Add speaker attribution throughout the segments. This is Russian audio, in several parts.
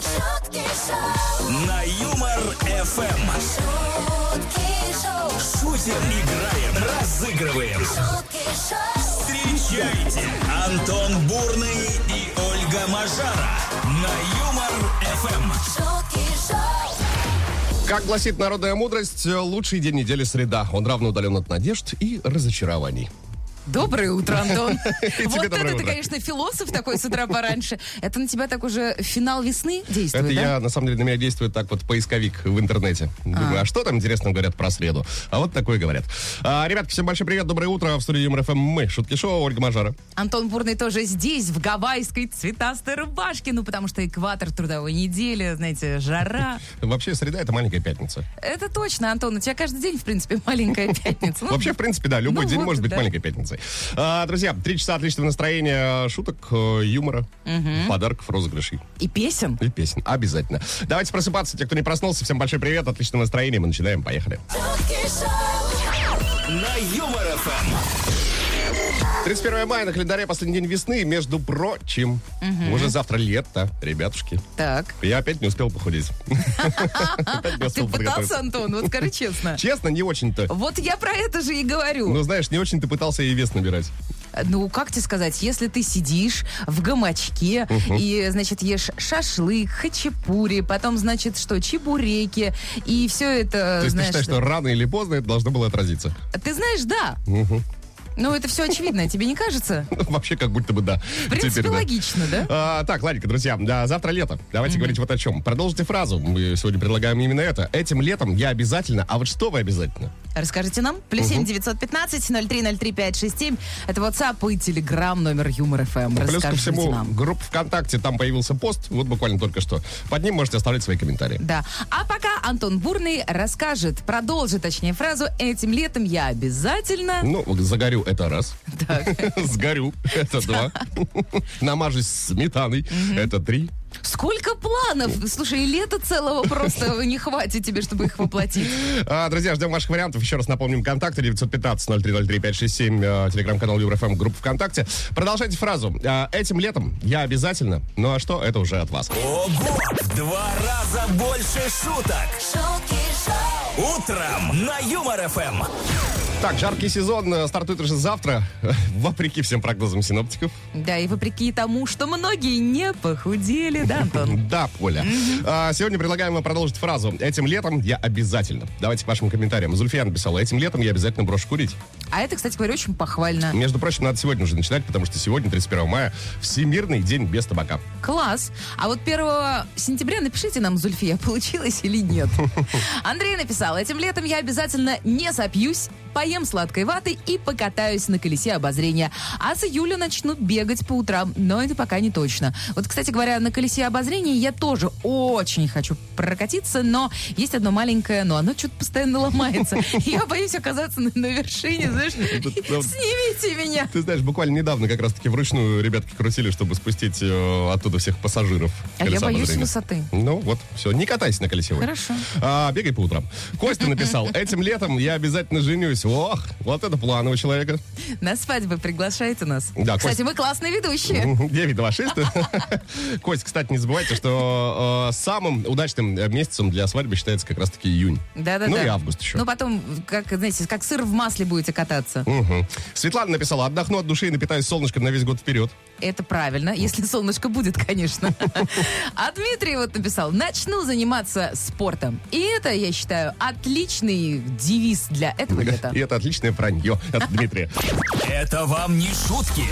Speaker 1: Шутки шоу,
Speaker 2: На Юмор ФМ
Speaker 1: шутки шоу,
Speaker 2: шутим, играем, разыгрываем.
Speaker 1: шутки шоу,
Speaker 2: Встречайте Антон Бурный и Ольга Мажара на Юмор Эм. ФМ.
Speaker 1: шутки шоу,
Speaker 3: Как гласит народная мудрость, лучший день недели среда. Он равно удален от надежд и разочарований.
Speaker 4: Доброе утро, Антон. Вот
Speaker 3: доброе
Speaker 4: это ты,
Speaker 3: утро.
Speaker 4: конечно, философ такой с утра пораньше. Это на тебя так уже финал весны
Speaker 3: Это
Speaker 4: действует, да?
Speaker 3: я, на самом деле, на меня действует так вот поисковик в интернете. Думаю, а, что там интересно говорят про среду? А вот такое говорят. А, ребятки, всем большой привет, доброе утро. В студии Юмор ФМ мы, Шутки Шоу, Ольга Мажара.
Speaker 4: Антон Бурный тоже здесь, в гавайской цветастой рубашке. Ну, потому что экватор трудовой недели, знаете, жара.
Speaker 3: Вообще, среда — это маленькая пятница.
Speaker 4: Это точно, Антон. У тебя каждый день, в принципе, маленькая пятница. Ну,
Speaker 3: Вообще, в принципе, да, любой
Speaker 4: ну
Speaker 3: день
Speaker 4: вот,
Speaker 3: может быть
Speaker 4: да.
Speaker 3: маленькой пятницей. А, друзья, три часа отличного настроения, шуток, э, юмора, подарков, розыгрышей.
Speaker 4: И песен.
Speaker 3: И песен. Обязательно. Давайте просыпаться. Те, кто не проснулся, всем большой привет. Отличного настроения. Мы начинаем. Поехали.
Speaker 1: шутки шоу,
Speaker 2: На Юмор Эм. ФМ.
Speaker 3: 31 мая на календаре последний день весны. Между прочим, уже завтра лето, ребятушки.
Speaker 4: Так.
Speaker 3: Я опять не успел похудеть. Опять не
Speaker 4: Ты
Speaker 3: успел
Speaker 4: пытался,
Speaker 3: подготовиться.
Speaker 4: Антон? Вот скажи честно.
Speaker 3: Честно, не очень-то.
Speaker 4: Вот я про это же и говорю.
Speaker 3: Ну, знаешь, не очень-то пытался и вес набирать.
Speaker 4: Ну, как тебе сказать, если ты сидишь в гамачке и, значит, ешь шашлык, хачапури, потом, значит, что, чебуреки, и все это,
Speaker 3: То есть ты
Speaker 4: знаешь...
Speaker 3: считаешь, что рано или поздно это должно было отразиться?
Speaker 4: Ты знаешь, да. Ну, это все очевидно, тебе не кажется?
Speaker 3: Ну, Вообще, как будто бы да.
Speaker 4: В принципе,
Speaker 3: Теперь да.
Speaker 4: логично, да?
Speaker 3: А, так, ладненько, друзья, да, завтра лето. Давайте говорить вот о чем. Продолжите фразу. Мы сегодня предлагаем именно это. Этим летом я обязательно. А вот что вы обязательно?
Speaker 4: Расскажите нам. Плюс семь девятьсот пятнадцать ноль три ноль три пять шесть семь. Это WhatsApp и Telegram номер Юмор ФМ.
Speaker 3: Плюс ко
Speaker 4: Расскажите
Speaker 3: всему,
Speaker 4: нам.
Speaker 3: группа ВКонтакте, там появился пост, вот буквально только что. Под ним можете оставлять свои комментарии.
Speaker 4: Да. А пока Антон Бурный расскажет, продолжит, точнее, фразу «Этим летом я обязательно...»
Speaker 3: Ну, загорю это раз. Сгорю это два. Намажусь сметаной это три.
Speaker 4: Сколько планов! Слушай, и лето целого просто не хватит тебе, чтобы их воплотить.
Speaker 3: А, друзья, ждем ваших вариантов. Еще раз напомним, контакты 915-0303-567, э, телеграм-канал ЮРФМ, группа ВКонтакте. Продолжайте фразу. А, Этим летом я обязательно. Ну а что, это уже от вас.
Speaker 2: Ого! В два раза больше шуток.
Speaker 1: шутки шоу,
Speaker 2: Утром на Юмор Эм. ФМ.
Speaker 3: Так, жаркий сезон э, стартует уже завтра, вопреки всем прогнозам синоптиков.
Speaker 4: Да, и вопреки тому, что многие не похудели, да, Антон?
Speaker 3: Да, Поля. А, сегодня предлагаем вам продолжить фразу. Этим летом я обязательно. Давайте к вашим комментариям. Зульфия написала, этим летом я обязательно брошу курить.
Speaker 4: А это, кстати говоря, очень похвально.
Speaker 3: Между прочим, надо сегодня уже начинать, потому что сегодня, 31 мая, Всемирный день без табака.
Speaker 4: Класс. А вот 1 сентября напишите нам, Зульфия, получилось или нет. Андрей написал, этим летом я обязательно не сопьюсь, поем сладкой ваты и покатаюсь на колесе обозрения. А с июля начну бегать по утрам, но это пока не точно. Вот, кстати говоря, на колесе обозрения я тоже очень хочу прокатиться, но есть одно маленькое, но оно что-то постоянно ломается. Я боюсь оказаться на на вершине, знаешь, снимите меня.
Speaker 3: Ты знаешь, буквально недавно как раз-таки вручную ребятки крутили, чтобы спустить э, оттуда всех пассажиров.
Speaker 4: А я
Speaker 3: Колеса
Speaker 4: боюсь
Speaker 3: обозрения.
Speaker 4: высоты.
Speaker 3: Ну вот, все, не катайся на колесе. Оль.
Speaker 4: Хорошо.
Speaker 3: А, бегай по утрам. Костя написал, этим летом я обязательно женюсь. Ох, вот это план у человека.
Speaker 4: На свадьбы приглашайте нас.
Speaker 3: Да,
Speaker 4: Кстати,
Speaker 3: Кость.
Speaker 4: вы классные ведущие.
Speaker 3: 926. Кость, кстати, не забывайте, что э, самым удачным э, месяцем для свадьбы считается как раз-таки июнь.
Speaker 4: Да-да-да.
Speaker 3: Ну и август еще.
Speaker 4: Ну, потом, как, знаете, как сыр в масле будете кататься.
Speaker 3: Мгм. Светлана написала, отдохну от души и напитаюсь солнышком на весь год вперед.
Speaker 4: Это правильно, если солнышко будет, конечно. А Дмитрий вот написал, начну заниматься спортом. И это, я считаю, отличный девиз для этого лета.
Speaker 3: И это отличное вранье от Дмитрия.
Speaker 2: Это вам не шутки.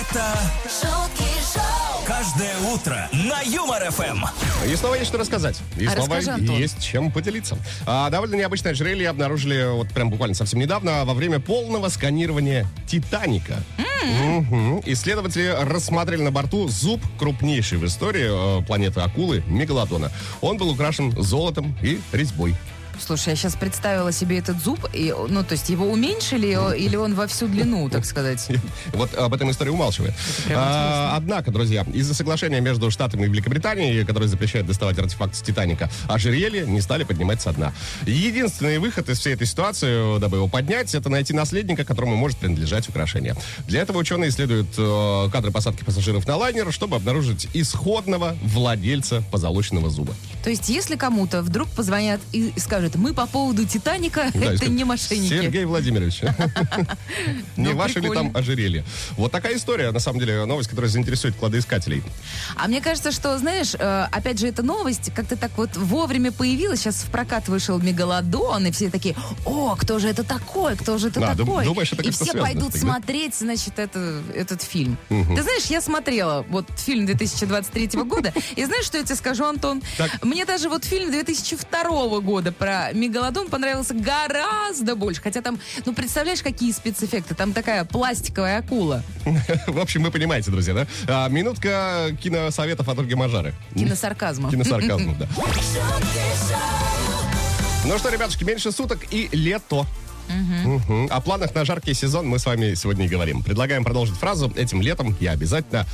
Speaker 2: Это
Speaker 1: шутки шоу,
Speaker 2: каждое утро на Юмор Эм. ФМ.
Speaker 3: И снова А есть что рассказать. И
Speaker 4: А
Speaker 3: снова
Speaker 4: расскажи, Антон.
Speaker 3: есть чем поделиться. А, довольно необычное ожерелье обнаружили вот прям буквально совсем недавно во время полного сканирования Титаника. Мгм. Исследователи рассмотрели на борту зуб крупнейший в истории э, планеты акулы Мегалодона. Он был украшен золотом и резьбой.
Speaker 4: Слушай, я сейчас представила себе этот зуб, и, ну, то есть его уменьшили,
Speaker 3: Ну.
Speaker 4: о- или он во всю длину, так сказать.
Speaker 3: Вот об этом история умалчивает.
Speaker 4: прям
Speaker 3: А, однако, друзья, из-за соглашения между Штатами и Великобританией, которое запрещает доставать артефакт с Титаника, ожерелье не стали поднимать со дна. Единственный выход из всей этой ситуации, дабы его поднять, это найти наследника, которому может принадлежать украшение. Для этого ученые исследуют э, кадры посадки пассажиров на лайнер, чтобы обнаружить исходного владельца позолоченного зуба.
Speaker 4: То есть, если кому-то вдруг позвонят и скажут, мы по поводу Титаника,
Speaker 3: Да, и
Speaker 4: это
Speaker 3: сказать,
Speaker 4: не мошенники.
Speaker 3: Сергей Владимирович, не
Speaker 4: Ну,
Speaker 3: ваше ли
Speaker 4: прикольно.
Speaker 3: там ожерелье? Вот такая история, на самом деле, новость, которая заинтересует кладоискателей.
Speaker 4: А мне кажется, что, знаешь, э, опять же, эта новость как-то так вот вовремя появилась. Сейчас в прокат вышел «Мегалодон», и все такие, о, кто же это такой, кто же это
Speaker 3: Да, дум-
Speaker 4: такой?
Speaker 3: думаешь, это
Speaker 4: и
Speaker 3: как-то
Speaker 4: все
Speaker 3: связано
Speaker 4: пойдут
Speaker 3: тогда?
Speaker 4: смотреть, значит, это, этот фильм. Ты знаешь, я смотрела вот фильм 2023 года, и знаешь, что я тебе скажу, Антон?
Speaker 3: Так.
Speaker 4: Мне даже вот фильм 2002 года про «Мегалодон» понравился гораздо больше. Хотя там, ну, представляешь, какие спецэффекты? Там такая пластиковая акула.
Speaker 3: В общем, вы понимаете, друзья, да? А, минутка киносоветов от Ольги Мажары.
Speaker 4: Киносарказма.
Speaker 3: Киносарказм, да.
Speaker 1: шутки шоу,
Speaker 3: Ну что, ребятушки, меньше суток и лето. Мгм. О планах на жаркий сезон мы с вами сегодня и говорим. Предлагаем продолжить фразу. Этим летом я обязательно...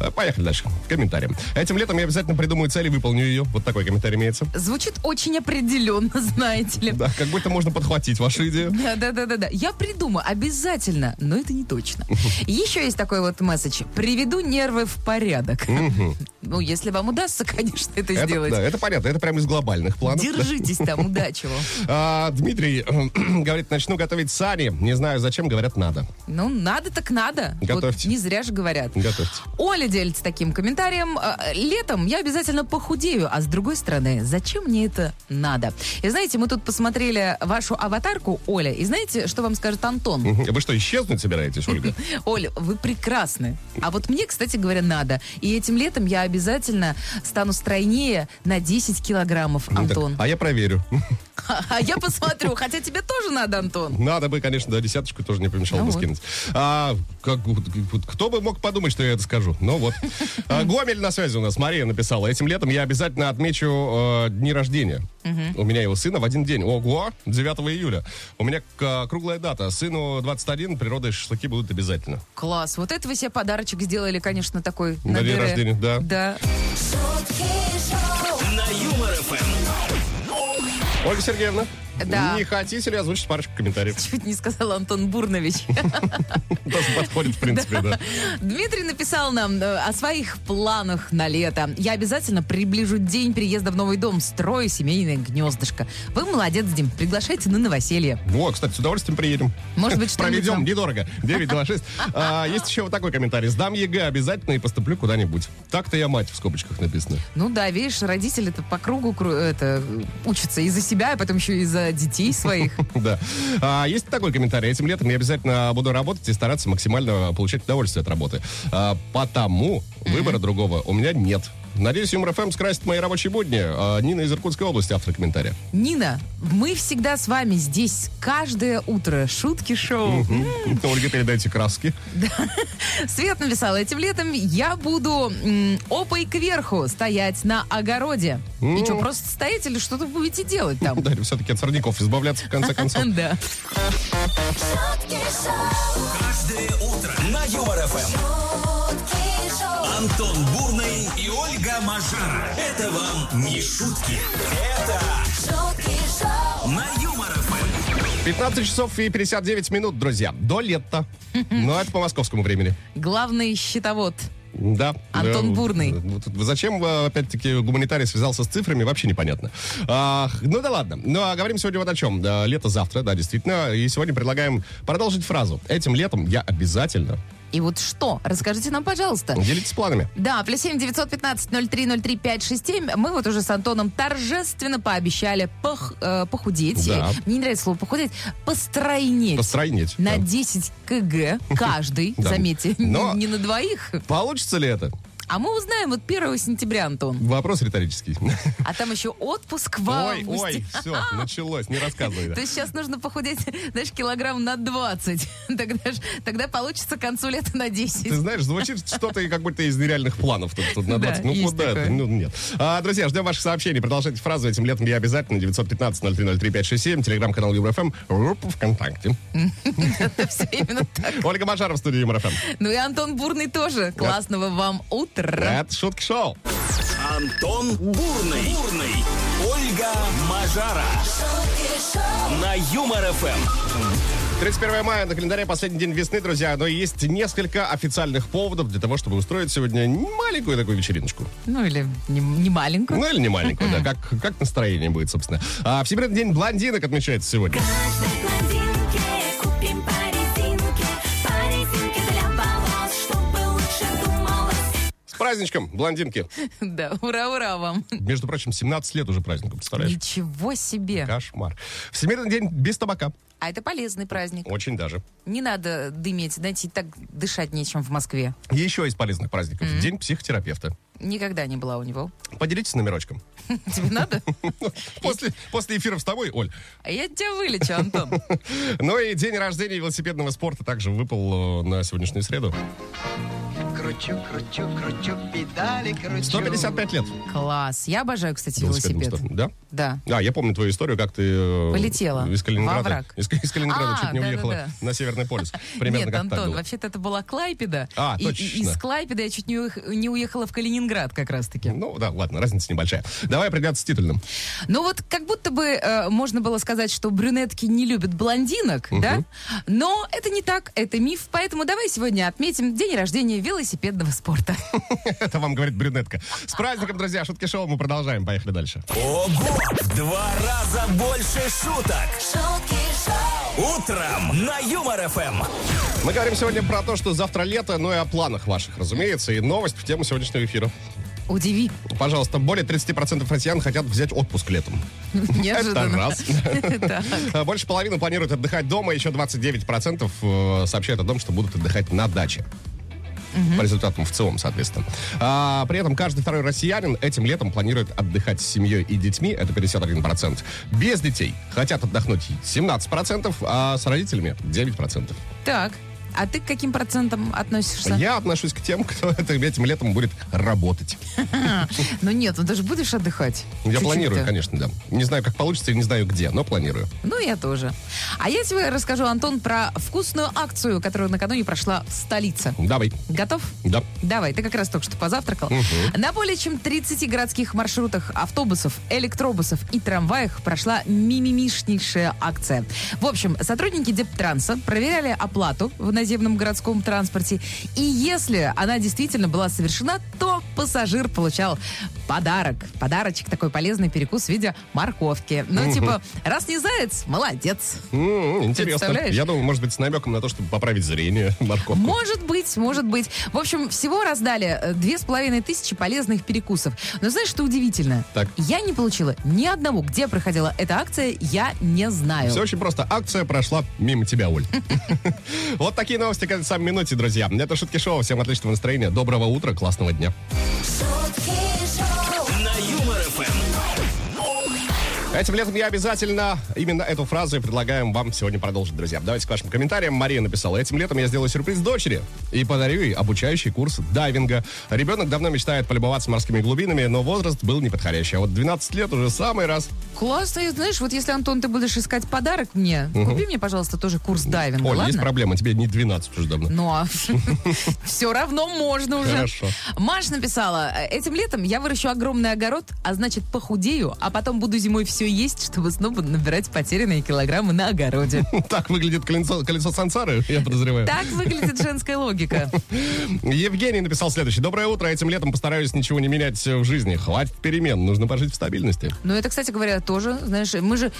Speaker 3: Э, Поехали дальше. Комментарием. Этим летом я обязательно придумаю цель и выполню ее. Вот такой комментарий имеется.
Speaker 4: Звучит очень определенно, знаете ли.
Speaker 3: Да, как будто можно подхватить вашу идею.
Speaker 4: Да, да, да, да, да. Я придумаю обязательно, но это не точно. Еще есть такой вот месседж. Приведу нервы в порядок. Ну, если вам удастся, конечно, это
Speaker 3: Это, да,
Speaker 4: сделать.
Speaker 3: это понятно, это прям из глобальных планов. да.
Speaker 4: Держитесь там, удачи вам.
Speaker 3: А, Дмитрий э, говорит, начну готовить сани. Не знаю, зачем, говорят, надо.
Speaker 4: Ну, надо так надо. Вот
Speaker 3: Готовьте.
Speaker 4: не зря же говорят.
Speaker 3: Готовьте.
Speaker 4: Оля делится таким комментарием. Э, Летом я обязательно похудею, а с другой стороны, зачем мне это надо? И знаете, мы тут посмотрели вашу аватарку, Оля, и знаете, что вам скажет Антон?
Speaker 3: Мгм. Вы что, исчезнуть собираетесь, Ольга?
Speaker 4: Оля, вы прекрасны. А вот мне, кстати говоря, надо. И этим летом я обязательно стану стройнее на 10 килограммов,
Speaker 3: Ну, так,
Speaker 4: Антон.
Speaker 3: А я проверю.
Speaker 4: А я посмотрю, хотя тебе тоже надо, Антон.
Speaker 3: Надо бы, конечно, да, десяточку тоже не помешало
Speaker 4: Ну
Speaker 3: бы
Speaker 4: вот.
Speaker 3: скинуть. А, как, вот, вот кто бы мог подумать, что я это скажу? Ну вот. А, Гомель на связи у нас. Мария написала. Этим летом я обязательно отмечу э, дни рождения. У меня его сына в один день. Ого, 9 июля. У меня к- круглая дата. Сыну 21, природа и шашлыки будут обязательно.
Speaker 4: Класс. Вот это вы себе подарочек сделали, конечно, такой.
Speaker 3: На день
Speaker 4: ДР.
Speaker 3: рождения, да.
Speaker 4: Да.
Speaker 1: шутки шоу,
Speaker 2: На Юмор Эм. ФМ.
Speaker 3: Ольга Сергеевна,
Speaker 4: Да.
Speaker 3: не хотите ли озвучить парочку комментариев?
Speaker 4: Чуть не сказал Антон Бурнович.
Speaker 3: Даже подходит, в принципе, да.
Speaker 4: Дмитрий написал нам э, о своих планах на лето. Я обязательно приближу день переезда в новый дом, строю семейное гнездышко. Вы молодец, Дим. Приглашайте на новоселье.
Speaker 3: Во, кстати, с удовольствием приедем.
Speaker 4: Может быть, что-нибудь
Speaker 3: Проведем
Speaker 4: вам-
Speaker 3: недорого. 926. А, есть еще вот такой комментарий. Сдам ЕГЭ обязательно и поступлю куда-нибудь. Так-то я мать в скобочках написано.
Speaker 4: Ну да, видишь, родители-то по кругу кру- это, учатся и за себя, а потом еще и за детей своих.
Speaker 3: Да. А, есть такой комментарий. Этим летом я обязательно буду работать и стараться максимально получать удовольствие от работы. А, потому выбора другого у меня нет. Надеюсь, Юмор ФМ скрасит мои рабочие будни. А, Нина из Иркутской области, автор комментария.
Speaker 4: Нина, мы всегда с вами здесь каждое утро. Шутки-шоу.
Speaker 3: Мгм. Ольга, передайте краски.
Speaker 4: Свет написала, этим летом я буду м, опой кверху стоять на огороде. И что, просто стоять или что-то будете делать там?
Speaker 3: Да, все-таки от сорняков избавляться в конце концов.
Speaker 4: Да.
Speaker 1: шутки шоу,
Speaker 2: Каждое утро на Юмор Эм. ФМ.
Speaker 1: шутки шоу,
Speaker 2: Антон Бурный и Ольга Мажара. Это вам не шутки. Это
Speaker 1: шутки шоу,
Speaker 2: на Юмор ФМ.
Speaker 3: 15 часов и 59 минут, друзья. До лета. Но это по московскому времени.
Speaker 4: Главный щитовод.
Speaker 3: Да.
Speaker 4: Антон
Speaker 3: Да.
Speaker 4: Бурный.
Speaker 3: Вот Зачем, э, опять-таки, гуманитарий связался с цифрами, вообще непонятно. А, ну да ладно. Ну а говорим сегодня вот о чем. Да, лето завтра, да, действительно. И сегодня предлагаем продолжить фразу. Этим летом я обязательно.
Speaker 4: И вот что? Расскажите нам, пожалуйста.
Speaker 3: Делитесь планами.
Speaker 4: Да, плюс семь девятьсот пятнадцать ноль три ноль три пять шесть семь. Мы вот уже с Антоном торжественно пообещали пох- э, похудеть.
Speaker 3: Да.
Speaker 4: Мне не нравится слово похудеть. Постройнеть.
Speaker 3: Постройнеть.
Speaker 4: На
Speaker 3: Да.
Speaker 4: 10 кг каждый,
Speaker 3: Да.
Speaker 4: заметьте,
Speaker 3: Но-
Speaker 4: не, не на двоих.
Speaker 3: Получится ли это?
Speaker 4: А мы узнаем вот 1 сентября, Антон.
Speaker 3: Вопрос риторический.
Speaker 4: А там еще отпуск в
Speaker 3: Ой,
Speaker 4: августе.
Speaker 3: ой, все, началось, не рассказывай. да.
Speaker 4: То есть сейчас нужно похудеть, знаешь, килограмм на 20. Тогда, ж- тогда получится к концу лета на 10.
Speaker 3: Ты знаешь, звучит что-то как будто из нереальных планов. Тут, тут на
Speaker 4: Да,
Speaker 3: 20. ну,
Speaker 4: есть
Speaker 3: куда
Speaker 4: такое.
Speaker 3: это? Ну, нет. А, друзья, ждем ваших сообщений. Продолжайте фразу. Этим летом я обязательно. 915-0303-567. Телеграм-канал ЮморФМ. Группа ВКонтакте.
Speaker 4: Это все именно так.
Speaker 3: Ольга Мажаров в студии ЮморФМ.
Speaker 4: Ну и Антон Бурный тоже. Классного вам утра.
Speaker 3: Это Шутки Шоу.
Speaker 2: Антон Бурный. Бурный. Ольга Мажара.
Speaker 1: шутки шоу,
Speaker 2: На Юмор ФМ.
Speaker 3: 31 мая на календаре последний день весны, друзья. Но есть несколько официальных поводов для того, чтобы устроить сегодня маленькую такую вечериночку.
Speaker 4: Ну или не, не маленькую.
Speaker 3: Ну или не маленькую, да. Как, как настроение будет, собственно. А, Всемирный день блондинок отмечается сегодня.
Speaker 1: каждой блондинке купим по резинке, по резинке для волос, чтобы лучше думалось.
Speaker 3: С праздничком, блондинки.
Speaker 4: Да, ура, ура вам.
Speaker 3: Между прочим, 17 лет уже празднику, представляешь?
Speaker 4: Ничего себе.
Speaker 3: Кошмар. Всемирный день без табака.
Speaker 4: А это полезный праздник.
Speaker 3: Очень даже.
Speaker 4: Не надо дымить, знаете, и так дышать нечем в Москве.
Speaker 3: И еще из полезных праздников. День психотерапевта.
Speaker 4: Никогда не была у него.
Speaker 3: Поделитесь номерочком.
Speaker 4: Тебе надо?
Speaker 3: После, после эфира с тобой, Оль.
Speaker 4: А я тебя вылечу, Антон.
Speaker 3: Ну и день рождения велосипедного спорта также выпал э, на сегодняшнюю среду.
Speaker 5: Кручу, кручу, кручу, педали кручу.
Speaker 3: 155 лет
Speaker 4: Класс. Я обожаю, кстати,
Speaker 3: велосипедному
Speaker 4: велосипед.
Speaker 3: спорту. Да?
Speaker 4: Да.
Speaker 3: А, я помню твою историю, как ты... э,
Speaker 4: Полетела.
Speaker 3: Из
Speaker 4: Во
Speaker 3: Калининграда.
Speaker 4: враг.
Speaker 3: Из, из Калининграда
Speaker 4: А,
Speaker 3: чуть не
Speaker 4: да-да-да.
Speaker 3: уехала на Северный полюс. Примерно
Speaker 4: Нет,
Speaker 3: как так
Speaker 4: Антон,
Speaker 3: было.
Speaker 4: вообще-то это была Клайпеда.
Speaker 3: А,
Speaker 4: и, и- и
Speaker 3: точно.
Speaker 4: из Клайпеда я чуть не, уех- не уехала в Калининград как раз-таки.
Speaker 3: Ну да, ладно, разница небольшая. Давай определяться с титульным.
Speaker 4: Ну вот как будто бы э, можно было сказать, что брюнетки не любят блондинок, да? Но это не так, это миф. Поэтому давай сегодня отметим день рождения велосипедного спорта.
Speaker 3: Это вам говорит брюнетка. С праздником, друзья, шутки шоу мы продолжаем. Поехали дальше.
Speaker 2: Ого! В два раза больше шуток.
Speaker 1: шутки шоу,
Speaker 2: Утром на Юмор ФМ.
Speaker 3: Мы говорим сегодня про то, что завтра лето, но и о планах ваших, разумеется, и новость в тему сегодняшнего эфира.
Speaker 4: Удиви.
Speaker 3: Пожалуйста, более 30% россиян хотят взять отпуск летом. Это
Speaker 4: Неожиданно.
Speaker 3: раз. А Больше половины планируют отдыхать дома, еще 29% э, сообщают о том, что будут отдыхать на даче. По результатам в целом, соответственно. А, при этом каждый второй россиянин этим летом планирует отдыхать с семьей и детьми, это 51%. Без детей хотят отдохнуть 17%, а с родителями 9%.
Speaker 4: Так, а ты к каким процентам относишься?
Speaker 3: Я отношусь к тем, кто это- этим летом будет работать.
Speaker 4: Ну нет, ну ты же будешь отдыхать.
Speaker 3: Я
Speaker 4: Чуть-чуть-то.
Speaker 3: планирую, конечно, да. Не знаю, как получится и не знаю где, но планирую.
Speaker 4: Ну, я тоже. А я тебе расскажу, Антон, про вкусную акцию, которая накануне прошла в столице.
Speaker 3: Давай.
Speaker 4: Готов?
Speaker 3: Да.
Speaker 4: Давай, ты как раз только что позавтракал. На более чем 30 городских маршрутах автобусов, электробусов и трамваях прошла мимимишнейшая акция. В общем, сотрудники Дептранса проверяли оплату в наземном городском транспорте. И если она действительно была совершена, то пассажир получал подарок. Подарочек такой полезный перекус в виде морковки. Ну, типа, раз не заяц, молодец.
Speaker 3: М, М-м, Интересно.
Speaker 4: Представляешь?
Speaker 3: Я думаю, может быть, с намеком на то, чтобы поправить зрение морковку.
Speaker 4: Может быть, может быть. В общем, всего раздали э, две с половиной тысячи полезных перекусов. Но знаешь, что удивительно?
Speaker 3: Так.
Speaker 4: Я не получила ни одного. Где проходила эта акция, я не знаю.
Speaker 3: Все очень просто. Акция прошла мимо тебя, Оль. Вот такие новости к этой самой минуте, друзья. Это Шутки Шоу. Всем отличного настроения. Доброго утра, классного дня.
Speaker 1: шутки шоу,
Speaker 2: На Юмор ФМ.
Speaker 3: Этим летом я обязательно именно эту фразу и предлагаем вам сегодня продолжить, друзья. Давайте к вашим комментариям. Мария написала, этим летом я сделаю сюрприз дочери и подарю ей обучающий курс дайвинга. Ребенок давно мечтает полюбоваться морскими глубинами, но возраст был неподходящий. А вот 12 лет уже самый раз.
Speaker 4: Классно. И знаешь, вот если, Антон, ты будешь искать подарок мне, купи мне, пожалуйста, тоже курс дайвинга,
Speaker 3: Оль,
Speaker 4: ладно?
Speaker 3: есть проблема, тебе не 12 уже давно.
Speaker 4: Ну, а все равно можно уже.
Speaker 3: Хорошо.
Speaker 4: Маш написала, «Э, этим летом я выращу огромный огород, а значит похудею, а потом буду зимой все есть, чтобы снова набирать потерянные килограммы на огороде.
Speaker 3: Так выглядит колесо, колесо сансары, я подозреваю.
Speaker 4: Так выглядит женская логика.
Speaker 3: Евгений написал следующее. Доброе утро. Этим летом постараюсь ничего не менять в жизни. Хватит перемен. Нужно пожить в стабильности.
Speaker 4: Ну, это, кстати говоря, тоже, знаешь, мы же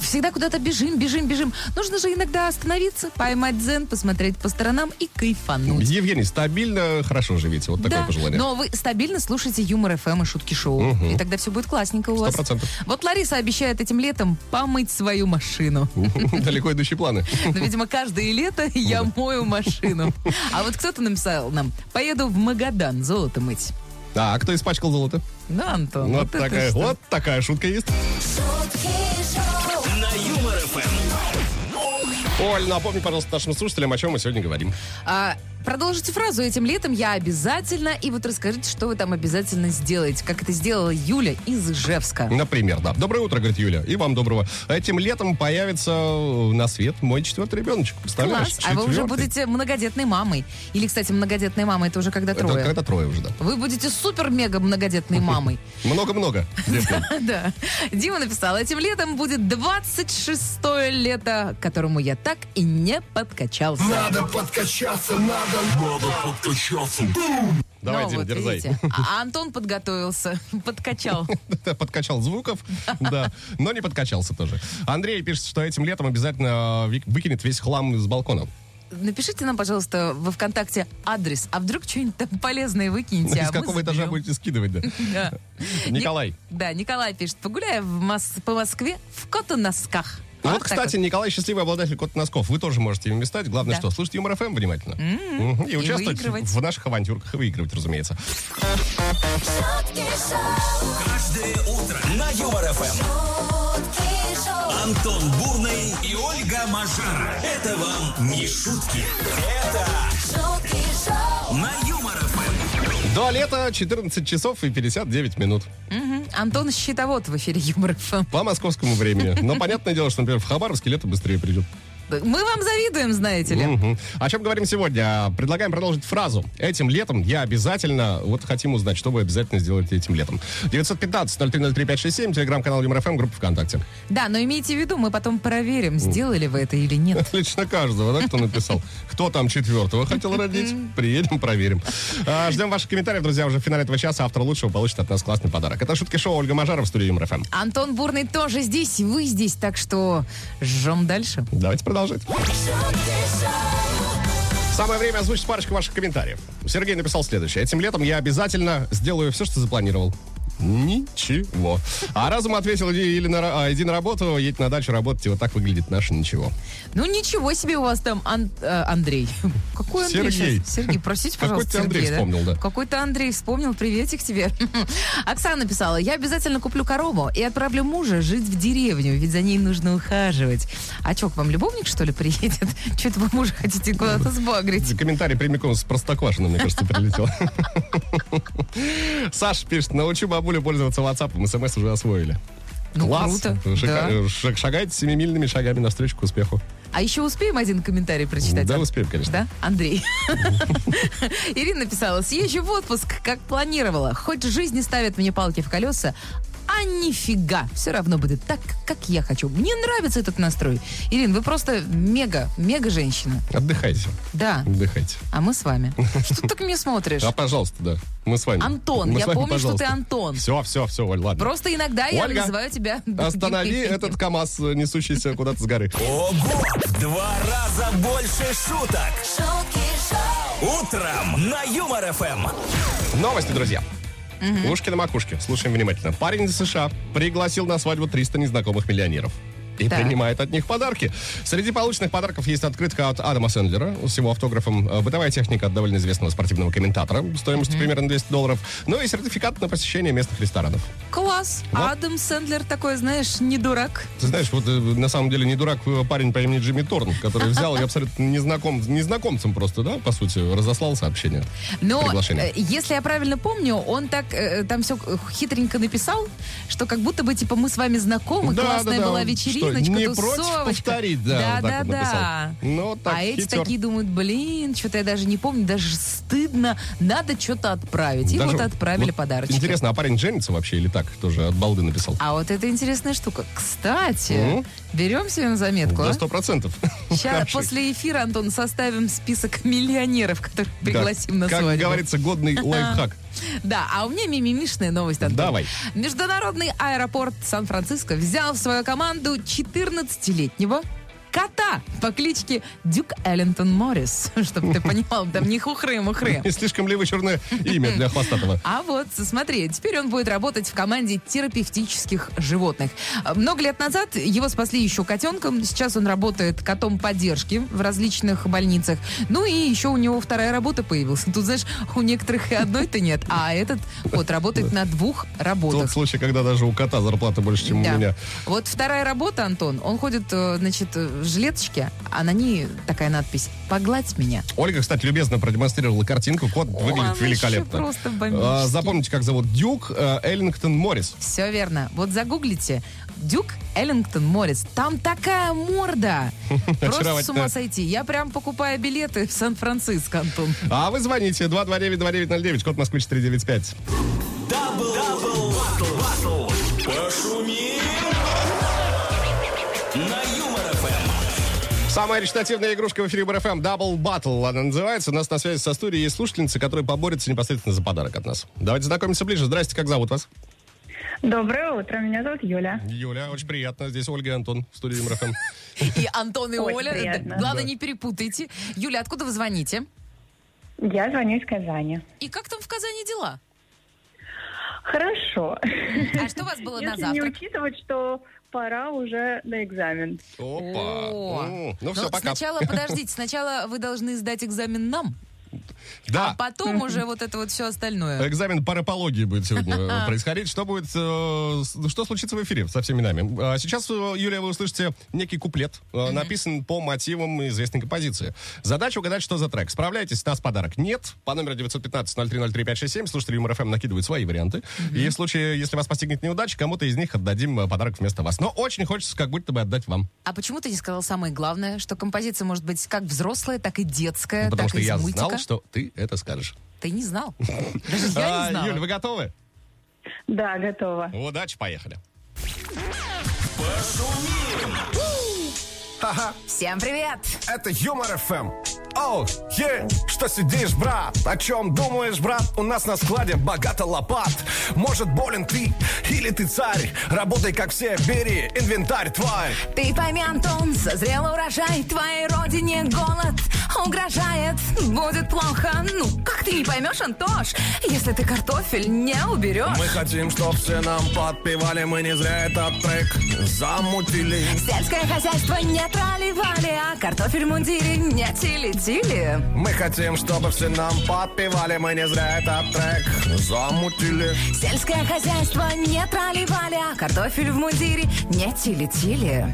Speaker 4: всегда куда-то бежим, бежим, бежим. Нужно же иногда остановиться, поймать дзен, посмотреть по сторонам и кайфануть.
Speaker 3: Евгений, стабильно хорошо живите. Вот такое
Speaker 4: да,
Speaker 3: пожелание.
Speaker 4: но вы стабильно слушаете Юмор ФМ и Шутки Шоу. И тогда все будет классненько у вас.
Speaker 3: Сто процентов.
Speaker 4: Вот Лариса обещает этим летом помыть свою машину.
Speaker 3: Далеко идущие планы.
Speaker 4: Но, видимо, каждое лето я мою машину. А вот кто-то написал нам, поеду в Магадан золото мыть.
Speaker 3: А кто испачкал золото?
Speaker 4: Да, Антон,
Speaker 3: Вот
Speaker 4: это
Speaker 3: такая,
Speaker 4: что?
Speaker 3: вот такая шутка есть.
Speaker 1: шутки шоу,
Speaker 2: На Юмор ФМ.
Speaker 3: Оль, напомни, пожалуйста, нашим слушателям, о чем мы сегодня говорим.
Speaker 4: А, продолжите фразу «Этим летом я обязательно» и вот расскажите, что вы там обязательно сделаете. Как это сделала Юля из Ижевска.
Speaker 3: Например, да. Доброе утро, говорит Юля. И вам доброго. Этим летом появится э, на свет мой четвертый ребеночек. Представляешь?
Speaker 4: Класс, а вы уже
Speaker 3: Четвертый.
Speaker 4: будете многодетной мамой. Или, кстати, многодетная мама, это уже когда
Speaker 3: Это
Speaker 4: трое.
Speaker 3: когда трое уже, да.
Speaker 4: Вы будете супер-мега многодетной мамой.
Speaker 3: Много-много. девка.
Speaker 4: Да. Дима написал, этим летом будет 26-е лето, к которому я так и не подкачался.
Speaker 2: Надо подкачаться, надо. Надо подкачаться.
Speaker 3: Давай,
Speaker 4: Ну,
Speaker 3: Дим,
Speaker 4: вот
Speaker 3: дерзай.
Speaker 4: видите. А Антон подготовился, подкачал.
Speaker 3: Подкачал звуков, да, но не подкачался тоже. Андрей пишет, что этим летом обязательно э, вик- выкинет весь хлам с балкона.
Speaker 4: Напишите нам, пожалуйста, во ВКонтакте адрес, а вдруг что-нибудь там полезное выкинете.
Speaker 3: Из
Speaker 4: а мы
Speaker 3: какого этажа
Speaker 4: заберем.
Speaker 3: будете скидывать, да.
Speaker 4: Да.
Speaker 3: Николай.
Speaker 4: Ник- Да, Николай пишет, погуляя в Мос- по Москве в кота-носках.
Speaker 3: Ну вот,
Speaker 4: так
Speaker 3: кстати, Николай счастливый обладатель кот носков. Вы тоже можете ими стать. Главное,
Speaker 4: Да.
Speaker 3: что слушать юмор ФМ внимательно. Мгм. И, участвовать
Speaker 4: выигрывать.
Speaker 3: в наших авантюрках и выигрывать, разумеется.
Speaker 1: шутки шоу,
Speaker 2: Каждое утро на Юмор ФМ.
Speaker 1: шутки шоу,
Speaker 2: Антон Бурный и Ольга Мажара. Это вам не шутки. Это
Speaker 1: шутки шоу,
Speaker 2: на Юмор ФМ.
Speaker 3: До лета 14 часов и 59 минут.
Speaker 4: Мгм. Антон Щитовод в эфире Юмор ФМ.
Speaker 3: По московскому времени. Но понятное дело, что, например, в Хабаровске лето быстрее придет.
Speaker 4: Мы вам завидуем, знаете ли.
Speaker 3: Мгм. О чем говорим сегодня? Предлагаем продолжить фразу. Этим летом я обязательно... Вот хотим узнать, что вы обязательно сделаете этим летом. 915-0303-567, телеграм-канал ЮморФМ, группа ВКонтакте.
Speaker 4: Да, но имейте в виду, мы потом проверим, сделали вы это или нет.
Speaker 3: Лично каждого, да, кто написал. Кто там четвертого хотел родить? Приедем, проверим. А, Ждем ваших комментариев, друзья, уже в финале этого часа. Автор лучшего получит от нас классный подарок. Это шутки шоу Ольга Мажаров в студии эм. ЮморФМ.
Speaker 4: Антон Бурный тоже здесь, и вы здесь, так что жжем дальше.
Speaker 3: Давайте продолжать.
Speaker 1: шутки шоу,
Speaker 3: Самое время озвучить парочку ваших комментариев. Сергей написал следующее. Этим летом я обязательно сделаю все, что запланировал. Ничего. А разум ответил, иди, или на, ра- а, иди на работу, едь на дачу работать, и вот так выглядит наше ничего.
Speaker 4: Ну ничего себе у вас там Ан- э, Андрей. Какой Андрей?
Speaker 3: Сергей.
Speaker 4: сейчас? Сергей, простите,
Speaker 3: Какой-то
Speaker 4: пожалуйста,
Speaker 3: Андрей
Speaker 4: Сергей,
Speaker 3: вспомнил, да.
Speaker 4: Какой-то Андрей вспомнил. Приветик тебе. Оксана написала, я обязательно куплю корову и отправлю мужа жить в деревню, ведь за ней нужно ухаживать. А чё, к вам любовник, что ли, приедет? Чё это вы мужа хотите куда-то сбагрить?
Speaker 3: Комментарий прямиком с простоквашино, мне кажется, прилетел. Саша пишет, научу бабулю пользоваться WhatsApp, смс уже освоили.
Speaker 4: Ну,
Speaker 3: Класс.
Speaker 4: круто,
Speaker 3: Шага-
Speaker 4: да.
Speaker 3: э, шаг- Шагайте семимильными шагами навстречу к успеху.
Speaker 4: А еще успеем один комментарий прочитать? а?
Speaker 3: Да,
Speaker 4: Ан-
Speaker 3: успеем, конечно.
Speaker 4: Да, Андрей. Ирина написала, съезжу в отпуск, как планировала. Хоть жизнь не ставит мне палки в колеса, а нифига, все равно будет так, как я хочу. Мне нравится этот настрой. Ирин, вы просто мега, мега женщина.
Speaker 3: Отдыхайте,
Speaker 4: Да,
Speaker 3: отдыхайте.
Speaker 4: а мы с вами. Что ты к мне смотришь?
Speaker 3: А, пожалуйста, да. Мы с вами.
Speaker 4: Антон,
Speaker 3: Мы
Speaker 4: я
Speaker 3: с вами,
Speaker 4: помню, что
Speaker 3: пожалуйста.
Speaker 4: ты Антон.
Speaker 3: Все, все, все, Оль, ладно.
Speaker 4: Просто иногда я
Speaker 3: Ольга,
Speaker 4: называю тебя... другим
Speaker 3: Останови
Speaker 4: именем.
Speaker 3: этот КАМАЗ, э, несущийся куда-то с горы.
Speaker 2: Ого! В два раза больше шуток.
Speaker 1: шутки шоу,
Speaker 2: Утром на Юмор Эм. ФМ.
Speaker 3: Новости, друзья. Ушки на макушке. Слушаем внимательно. Парень из США пригласил на свадьбу 300 незнакомых миллионеров. И
Speaker 4: Так.
Speaker 3: принимает от них подарки. Среди полученных подарков есть открытка от Адама Сэндлера с его автографом, э, бытовая техника от довольно известного спортивного комментатора стоимостью примерно 200 долларов, ну и сертификат на посещение местных ресторанов.
Speaker 4: Класс.
Speaker 3: Вот.
Speaker 4: Адам Сэндлер такой, знаешь, не дурак.
Speaker 3: Ты знаешь, вот э, на самом деле не дурак э, парень по имени Джимми Торн, который взял и абсолютно незнаком, незнакомцем просто, да, по сути, разослал сообщение.
Speaker 4: Но,
Speaker 3: приглашение.
Speaker 4: э, если я правильно помню, он так э, там все хитренько написал, что как будто бы, типа, мы с вами знакомы,
Speaker 3: Да,
Speaker 4: классная
Speaker 3: да, да,
Speaker 4: была
Speaker 3: он
Speaker 4: вечериночка,
Speaker 3: что, не
Speaker 4: тусовочка.
Speaker 3: против повторить, да, вот так
Speaker 4: да,
Speaker 3: вот
Speaker 4: да.
Speaker 3: написал. Ну, так
Speaker 4: а эти
Speaker 3: хитер.
Speaker 4: такие думают, блин, что-то я даже не помню, даже стыдно, надо что-то отправить. И
Speaker 3: Даже
Speaker 4: вот отправили
Speaker 3: вот
Speaker 4: подарочки.
Speaker 3: Интересно, а парень женится вообще или так? Тоже от балды написал.
Speaker 4: А вот это интересная штука. Кстати,
Speaker 3: Мгм.
Speaker 4: берем себе на заметку.
Speaker 3: До сто процентов.
Speaker 4: Сейчас
Speaker 3: Хорошо.
Speaker 4: после эфира, Антон, составим список миллионеров, которых
Speaker 3: Да.
Speaker 4: пригласим на
Speaker 3: Как
Speaker 4: свадьбу.
Speaker 3: говорится, годный лайфхак.
Speaker 4: Да, а у меня мимимишная новость, Антон.
Speaker 3: Давай.
Speaker 4: Международный аэропорт Сан-Франциско взял в свою команду 14-летнего кота. Ха! По кличке Дюк Эллентон Моррис. Чтобы ты понимал, там не хухры-мухры.
Speaker 3: Не слишком ли вычурное имя для хвостатого?
Speaker 4: А вот, смотри, теперь он будет работать в команде терапевтических животных. А, Много лет назад его спасли еще котенком. Сейчас он работает котом поддержки в различных больницах. Ну и еще у него вторая работа появилась. Тут, знаешь, у некоторых и одной-то нет, а этот вот работает на двух
Speaker 3: Тот
Speaker 4: работах.
Speaker 3: случай, когда даже у кота зарплата больше, чем
Speaker 4: Да.
Speaker 3: у меня.
Speaker 4: Вот вторая работа, Антон, он ходит, э, значит, э, в жилеточке, а на ней такая надпись «Погладь меня».
Speaker 3: Ольга, кстати, любезно продемонстрировала картинку. Кот выглядит
Speaker 4: он
Speaker 3: великолепно.
Speaker 4: вообще просто бомбический.
Speaker 3: А, Запомните, как зовут Дюк э, Эллингтон Моррис.
Speaker 4: Все верно. Вот загуглите. Дюк Эллингтон Моррис. Там такая морда. Просто с
Speaker 3: Очаровательная.
Speaker 4: ума сойти. Я прям покупаю билеты в Сан-Франциско, Антон.
Speaker 3: А вы звоните 229-2909, код Москвы 495.
Speaker 2: Дабл, дабл, батл, батл. Пошуми. На Юмор ФМ.
Speaker 3: Самая речитативная игрушка в эфире БРФМ Double Battle она называется. У нас на связи со студией есть слушательница, которая поборется непосредственно за подарок от нас. Давайте знакомиться ближе. Здрасте, как зовут вас?
Speaker 6: Доброе утро, меня зовут Юля.
Speaker 3: Юля, очень приятно. Здесь Ольга и Антон в студии Эм. МРФМ.
Speaker 4: И Антон и
Speaker 6: Очень
Speaker 4: Оля.
Speaker 6: приятно.
Speaker 4: Главное,
Speaker 3: Да.
Speaker 4: не перепутайте. Юля, откуда вы звоните?
Speaker 6: Я звоню из Казани.
Speaker 4: И как там в Казани дела?
Speaker 6: Хорошо.
Speaker 4: А что у вас было на
Speaker 6: Если не
Speaker 4: завтрак?
Speaker 6: учитывать, что пора уже на экзамен.
Speaker 4: О.
Speaker 3: Опа. М, Ну все,
Speaker 4: Но
Speaker 3: пока.
Speaker 4: Сначала, подождите, сначала вы должны сдать экзамен нам, а
Speaker 3: Да.
Speaker 4: потом уже вот это вот все остальное.
Speaker 3: Экзамен по рапологии будет сегодня э, происходить. Что будет, э, с- что случится в эфире со всеми нами? А Сейчас, э, Юлия, вы услышите некий куплет, э, написан по мотивам известной композиции. Задача угадать, что за трек. Справляйтесь, нас подарок нет. По номеру 915-0303-567 слушатели Юмор ФМ накидывают свои варианты. И в случае, если вас постигнет неудача, кому-то из них отдадим э, подарок вместо вас. Но очень хочется как будто бы отдать вам.
Speaker 4: А почему ты не сказал самое главное, что композиция может быть как взрослая, так и детская,
Speaker 3: Ну, Потому
Speaker 4: Э, так
Speaker 3: что
Speaker 4: и из
Speaker 3: я
Speaker 4: мультика?
Speaker 3: знал, что ты это скажешь.
Speaker 4: Ты не знал. Даже я
Speaker 3: А,
Speaker 4: не знала.
Speaker 3: Юль, вы готовы?
Speaker 6: Да, готова.
Speaker 3: Удачи, поехали.
Speaker 4: Всем привет!
Speaker 7: Это Юмор ФМ. Оу, е, что сидишь, брат? О чем думаешь, брат? У нас на складе богато лопат. Может, болен ты или ты царь? Работай, как все, бери инвентарь, тварь.
Speaker 1: Ты пойми, Антон, созрел урожай, твоей родине голод угрожает, будет плохо. Ну, как ты не поймешь, Антош, если ты картофель не уберешь?
Speaker 7: Мы хотим, чтоб все нам подпевали, мы не зря этот трек замутили.
Speaker 1: Сельское хозяйство не проливали, а картофель в мундире не тили-тили.
Speaker 7: Мы хотим, чтобы все нам подпевали, мы не зря этот трек
Speaker 4: А
Speaker 7: замутили.
Speaker 1: Сельское хозяйство не проливали, а картофель в мундире не тили-тили.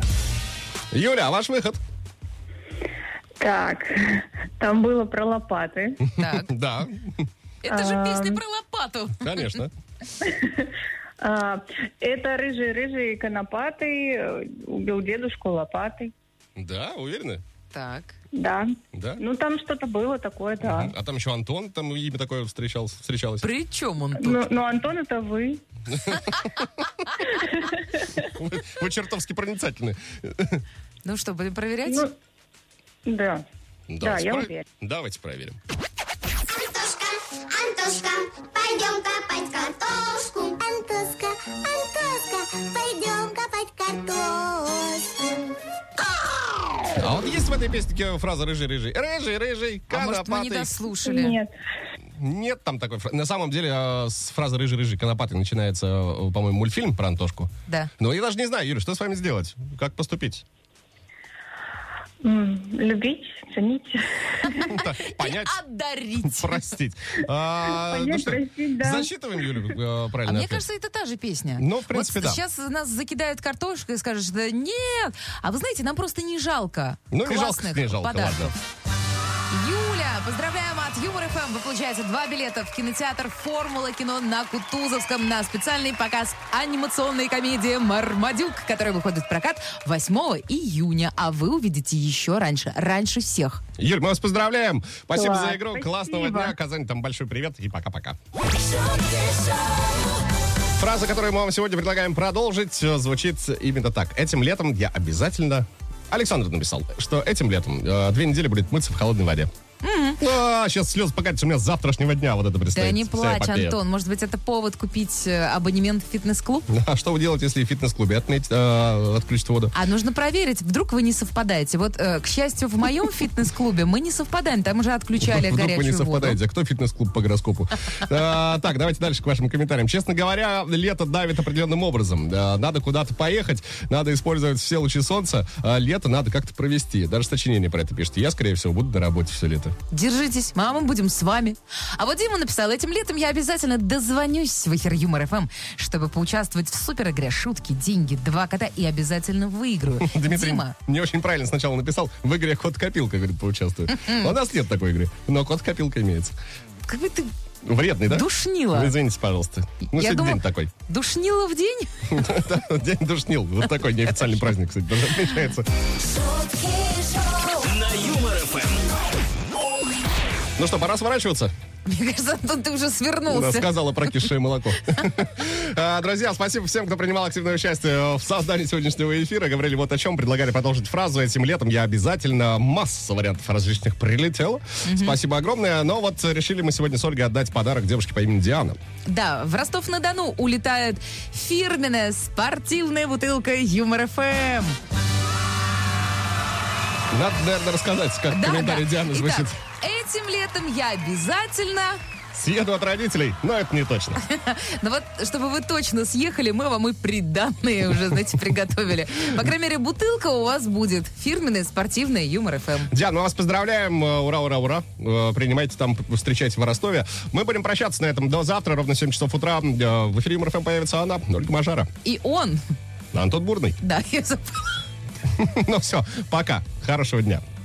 Speaker 3: Юля, а ваш выход.
Speaker 6: Так, там было про лопаты.
Speaker 4: Так,
Speaker 3: Да,
Speaker 4: это же песня про лопату.
Speaker 3: конечно.
Speaker 6: А, Это рыжие-рыжие конопаты. э, Убил дедушку лопатой.
Speaker 3: Да, уверены?
Speaker 4: Так.
Speaker 6: Да.
Speaker 3: Да.
Speaker 6: Ну, там что-то было такое, да.
Speaker 3: А там еще Антон, там имя такое встречалось, встречалось.
Speaker 4: Причем он тут?
Speaker 6: Ну, ну, Антон, это вы.
Speaker 3: Вы, вы чертовски проницательны.
Speaker 4: Ну что, будем проверять?
Speaker 6: Ну, да. Да, я
Speaker 3: спро-
Speaker 6: уверена.
Speaker 3: Давайте проверим.
Speaker 8: Антошка, Антошка, пойдем копать картошку. Антошка, Антошка, пойдем копать картошку.
Speaker 3: А вот есть в этой песенке фраза «рыжий-рыжий». «Рыжий-рыжий,
Speaker 4: а может, мы не
Speaker 3: конопатый».
Speaker 4: дослушали?
Speaker 6: Нет.
Speaker 3: Нет там такой фразы. На самом деле э, с фразы «рыжий-рыжий, конопатый» начинается, э, по-моему, мультфильм про Антошку.
Speaker 4: Да.
Speaker 3: Но я даже не знаю, Юля, что с вами сделать? Как поступить?
Speaker 6: М, Любить, ценить. А,
Speaker 3: Так, Понять,
Speaker 4: Отдарить.
Speaker 3: простить. А, ну
Speaker 6: Понять,
Speaker 3: что,
Speaker 6: простить, да.
Speaker 3: Засчитываем, Юлю, э,
Speaker 4: А
Speaker 3: правильно?
Speaker 4: мне кажется, это та же песня.
Speaker 3: Ну, в принципе, да.
Speaker 4: Сейчас нас закидают картошкой и скажешь, да нет. А вы знаете, нам просто не жалко
Speaker 3: Ну, не жалко,
Speaker 4: классных
Speaker 3: не жалко,
Speaker 4: подарков.
Speaker 3: ладно.
Speaker 4: Юля, поздравляем от Юмор ФМ. Вы получаете два билета в кинотеатр «Формула кино» на Кутузовском на специальный показ анимационной комедии «Мармадюк», которая выходит в прокат 8 июня. А вы увидите еще раньше. Раньше всех.
Speaker 3: Юль, мы вас поздравляем. Спасибо
Speaker 6: Класс,
Speaker 3: за игру.
Speaker 6: спасибо.
Speaker 3: Классного дня. Казань, там большой привет и пока-пока. Фраза, которую мы вам сегодня предлагаем продолжить, э, звучит именно так. Этим летом я обязательно... Александр написал, что этим летом э, две недели будет мыться в холодной воде. сейчас слез покатится у меня с завтрашнего дня вот это
Speaker 4: Да
Speaker 3: предстоит.
Speaker 4: не
Speaker 3: вся
Speaker 4: плачь,
Speaker 3: эпопея.
Speaker 4: Антон. Может быть, это повод купить э, абонемент в фитнес-клуб?
Speaker 3: А что вы делаете, если в фитнес-клубе отметь, э, отключат воду?
Speaker 4: А нужно проверить, вдруг вы не совпадаете. Вот, э, к счастью, в моем фитнес-клубе мы не совпадаем. Там уже отключали
Speaker 3: Вдруг вы не
Speaker 4: горячую воду.
Speaker 3: совпадаете. А кто фитнес-клуб по гороскопу? А, Так, давайте дальше к вашим комментариям. Честно говоря, лето давит определенным образом. Да, Надо куда-то поехать, надо использовать все лучи солнца. а Лето надо как-то провести. Даже сочинение про это пишет. Я, скорее всего, буду на работе все лето.
Speaker 4: Держитесь, мама, будем с вами. А вот Дима написал, этим летом я обязательно дозвонюсь в эфир Юмор ФМ, чтобы поучаствовать в супер игре «Шутки, деньги, два кота» и обязательно выиграю.
Speaker 3: Дмитрий
Speaker 4: Дима,
Speaker 3: не очень правильно сначала написал. В игре кот-копилка, говорит, поучаствую. У нас нет такой игры, но кот-копилка имеется.
Speaker 4: как бы ты
Speaker 3: Вредный, да?
Speaker 4: душнила.
Speaker 3: Извините, пожалуйста. Ну,
Speaker 4: я
Speaker 3: сегодня
Speaker 4: думала,
Speaker 3: день такой.
Speaker 4: Душнила в день?
Speaker 3: Да, День душнил. Вот такой неофициальный праздник, кстати, даже отмечается.
Speaker 8: шутки шоу,
Speaker 2: На Юмор ФМ.
Speaker 3: Ну что, пора сворачиваться?
Speaker 4: Мне кажется, Антон, ты
Speaker 3: Ну,
Speaker 4: уже
Speaker 3: Да,
Speaker 4: свернулся.
Speaker 3: сказала про кисшее молоко. А, Друзья, спасибо всем, кто принимал активное участие в создании сегодняшнего эфира. Говорили вот о чем, предлагали продолжить фразу. Этим летом я обязательно масса вариантов различных прилетела. Спасибо огромное. Но вот решили мы сегодня с Ольгой отдать подарок девушке по имени Диана.
Speaker 4: Да, в Ростов-на-Дону улетает фирменная спортивная бутылка Юмор ФМ.
Speaker 3: Надо, наверное, рассказать, как
Speaker 4: Да,
Speaker 3: комментарий
Speaker 4: да.
Speaker 3: Дианы звучит.
Speaker 4: Итак, этим летом я обязательно...
Speaker 3: Съеду от родителей, но это не точно.
Speaker 4: Ну вот, чтобы вы точно съехали, мы вам и приданные уже, знаете, приготовили. По крайней мере, бутылка у вас будет. Фирменная, спортивная, Юмор ФМ.
Speaker 3: Диан, мы вас поздравляем. Э, Ура, ура, ура. Э, Принимайте там, п- встречайте в Ростове. Мы будем прощаться на этом до завтра, ровно 7 часов утра. Э, В эфире МРФМ появится она, Ольга Мажара,
Speaker 4: И он,
Speaker 3: Антон Бурный.
Speaker 4: да, я забыла.
Speaker 3: Ну все, пока. Хорошего дня.
Speaker 2: Эм.